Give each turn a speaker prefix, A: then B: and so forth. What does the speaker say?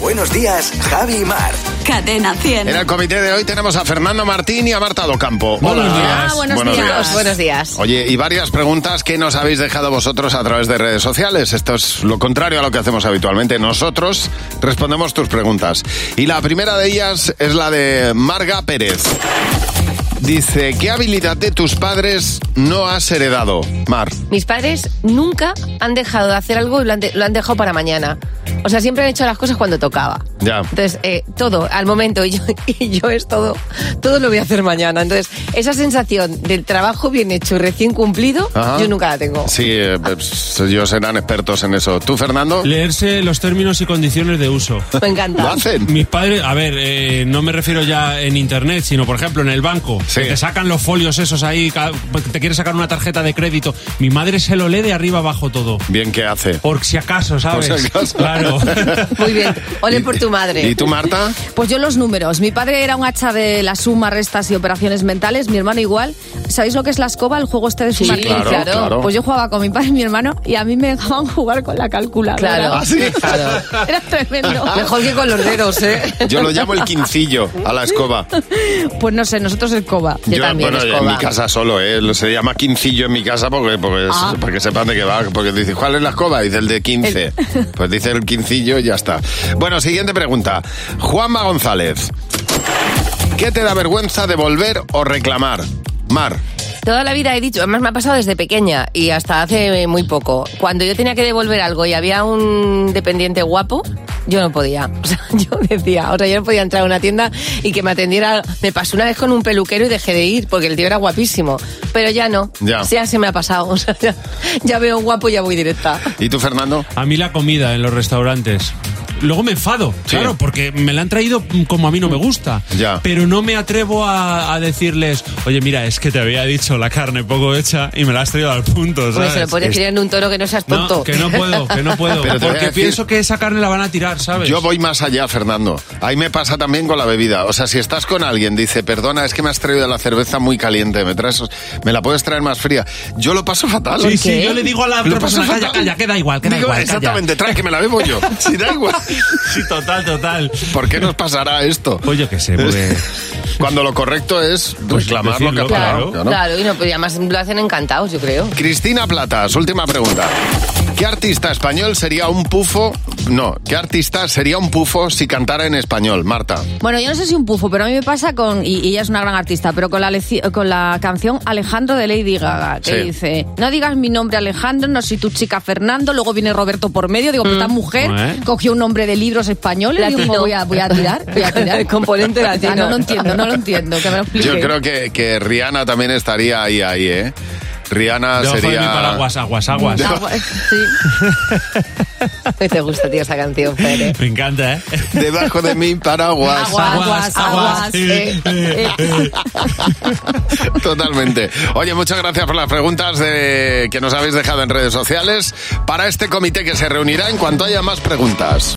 A: Buenos días, Javi y Mar.
B: Cadena 100.
C: En el comité de hoy tenemos a Fernando Martín y a Marta Docampo.
D: Buenos días.
B: Ah, buenos, días. Buenos días.
C: Oye, y varias preguntas que nos habéis dejado vosotros a través de redes sociales. Esto es lo contrario a lo que hacemos habitualmente. Nosotros respondemos tus preguntas. Y la primera de ellas es la de Marga Pérez. Dice, ¿qué habilidad de tus padres no has heredado, Mar?
D: Mis padres nunca han dejado de hacer algo y lo han, de- lo han dejado para mañana. O sea, siempre han hecho las cosas cuando tocaba.
C: Ya.
D: Entonces, eh, todo, al momento, y yo, y yo es todo, todo lo voy a hacer mañana. Entonces, esa sensación del trabajo bien hecho y recién cumplido,
C: Ajá.
D: yo nunca la tengo.
C: Sí, eh, pues, ellos serán expertos en eso. ¿Tú, Fernando?
E: Leerse los términos y condiciones de uso.
D: Me
C: ¿Lo
D: encanta.
C: hacen?
E: Mis padres, a ver, eh, no me refiero ya en internet, sino por ejemplo en el banco.
C: Sí.
E: Que te sacan los folios esos ahí, ca- te quieres sacar una tarjeta de crédito. Mi madre se lo lee de arriba abajo todo.
C: Bien que hace.
E: Por si acaso, ¿sabes?
C: Por si acaso.
E: Claro.
D: Muy bien. Ole por tu madre.
C: ¿Y tú, Marta?
F: Pues yo los números. Mi padre era un hacha de la suma, restas y operaciones mentales. Mi hermano igual. ¿Sabéis lo que es la escoba? El juego este de sumar.
C: claro, claro.
F: Pues yo jugaba con mi padre y mi hermano y a mí me dejaban jugar con la calculadora.
D: Claro.
C: ¿Ah, sí?
D: Claro.
F: Era tremendo.
D: Mejor que con los dedos, ¿eh?
C: Yo lo llamo el quincillo a la escoba.
F: Pues no sé, nosotros escoba.
D: Yo también,
C: bueno, en
D: escoba.
C: mi casa solo, ¿eh? Lo- Se llama quincillo en mi casa porque, porque,
F: Ah.
C: porque sepan de qué va. Porque dice, ¿cuál es la escoba? Dice el de 15. Pues dice el quincillo y ya está. Bueno, siguiente pregunta. Juanma González. ¿Qué te da vergüenza devolver o reclamar? Mar.
D: Toda la vida he dicho, además me ha pasado desde pequeña y hasta hace muy poco. Cuando yo tenía que devolver algo y había un dependiente guapo, yo no podía. O sea, yo decía, o sea, yo no podía entrar a una tienda y que me atendiera. Me pasó una vez con un peluquero y dejé de ir porque el tío era guapísimo. Pero ya no.
C: Ya.
D: O sea, se me ha pasado. O sea, ya, ya veo un guapo y ya voy directa.
C: ¿Y tú, Fernando?
E: A mí la comida en los restaurantes. Luego me enfado,
C: Sí.
E: claro, porque me la han traído como a mí no me gusta.
C: Ya.
E: Pero no me atrevo a, a decirles, oye, mira, es que te había dicho la carne poco hecha y me la has traído al punto,
D: Porque
E: ¿sabes?
D: Pues se lo puedes decir en un tono que no seas
E: No,
D: tonto.
E: que no puedo, que no puedo.
C: Pero te voy a
E: porque
C: decir-
E: pienso que esa carne la van a tirar, ¿sabes?
C: Yo voy más allá, Fernando. Ahí me pasa también con la bebida. O sea, si estás con alguien, dice, perdona, es que me has traído la cerveza muy caliente, me traes, me la puedes traer más fría. Yo lo paso fatal.
E: Sí, sí, yo le digo a la
C: Lo
E: otra
C: paso
E: persona, calla,
C: fatal.
E: calla, que da igual, que da
C: Digo,
E: igual, calla".
C: Exactamente, trae que me la bebo yo. Si da igual.
E: Sí, total, total.
C: ¿Por qué nos pasará esto?
E: Pues yo qué sé, porque-
C: Cuando lo correcto es
E: Pues
C: reclamar lo que
E: decirlo,
C: ha
E: claro.
C: pagado, ¿no?
D: Claro, y no, pero además lo hacen encantados, yo creo.
C: Cristina Platas, última pregunta. ¿Qué artista español sería un pufo? No, ¿qué artista sería un pufo si cantara en español, Marta?
F: Bueno, yo no sé si un pufo, pero a mí me pasa con, y, y ella es una gran artista, pero con la, leci- con la canción Alejandro de Lady Gaga, que
C: Sí.
F: dice, no digas mi nombre Alejandro, no soy tu chica Fernando, luego viene Roberto por medio, digo, pues esta
C: Mm.
F: mujer
E: Bueno, ¿eh?
F: cogió un nombre de libros españoles, digo,
D: Latino.
F: voy a, voy a tirar, voy a tirar.
D: Componente latino.
F: Ah, no lo entiendo, no lo entiendo, que me lo explique.
C: Yo creo que, que Rihanna también estaría ahí, ahí, ¿eh? Rihanna
E: Debajo de
C: sería...
E: mi paraguas, aguas, aguas.
F: Ah, bueno, sí.
D: Me te gusta, tío, esa canción, Fer, ¿eh?
E: Me encanta, ¿eh?
C: Debajo de mi paraguas.
F: Aguas, aguas,
E: eh, eh, eh.
C: Totalmente. Oye, muchas gracias por las preguntas de- que nos habéis dejado en redes sociales para este comité que se reunirá en cuanto haya más preguntas.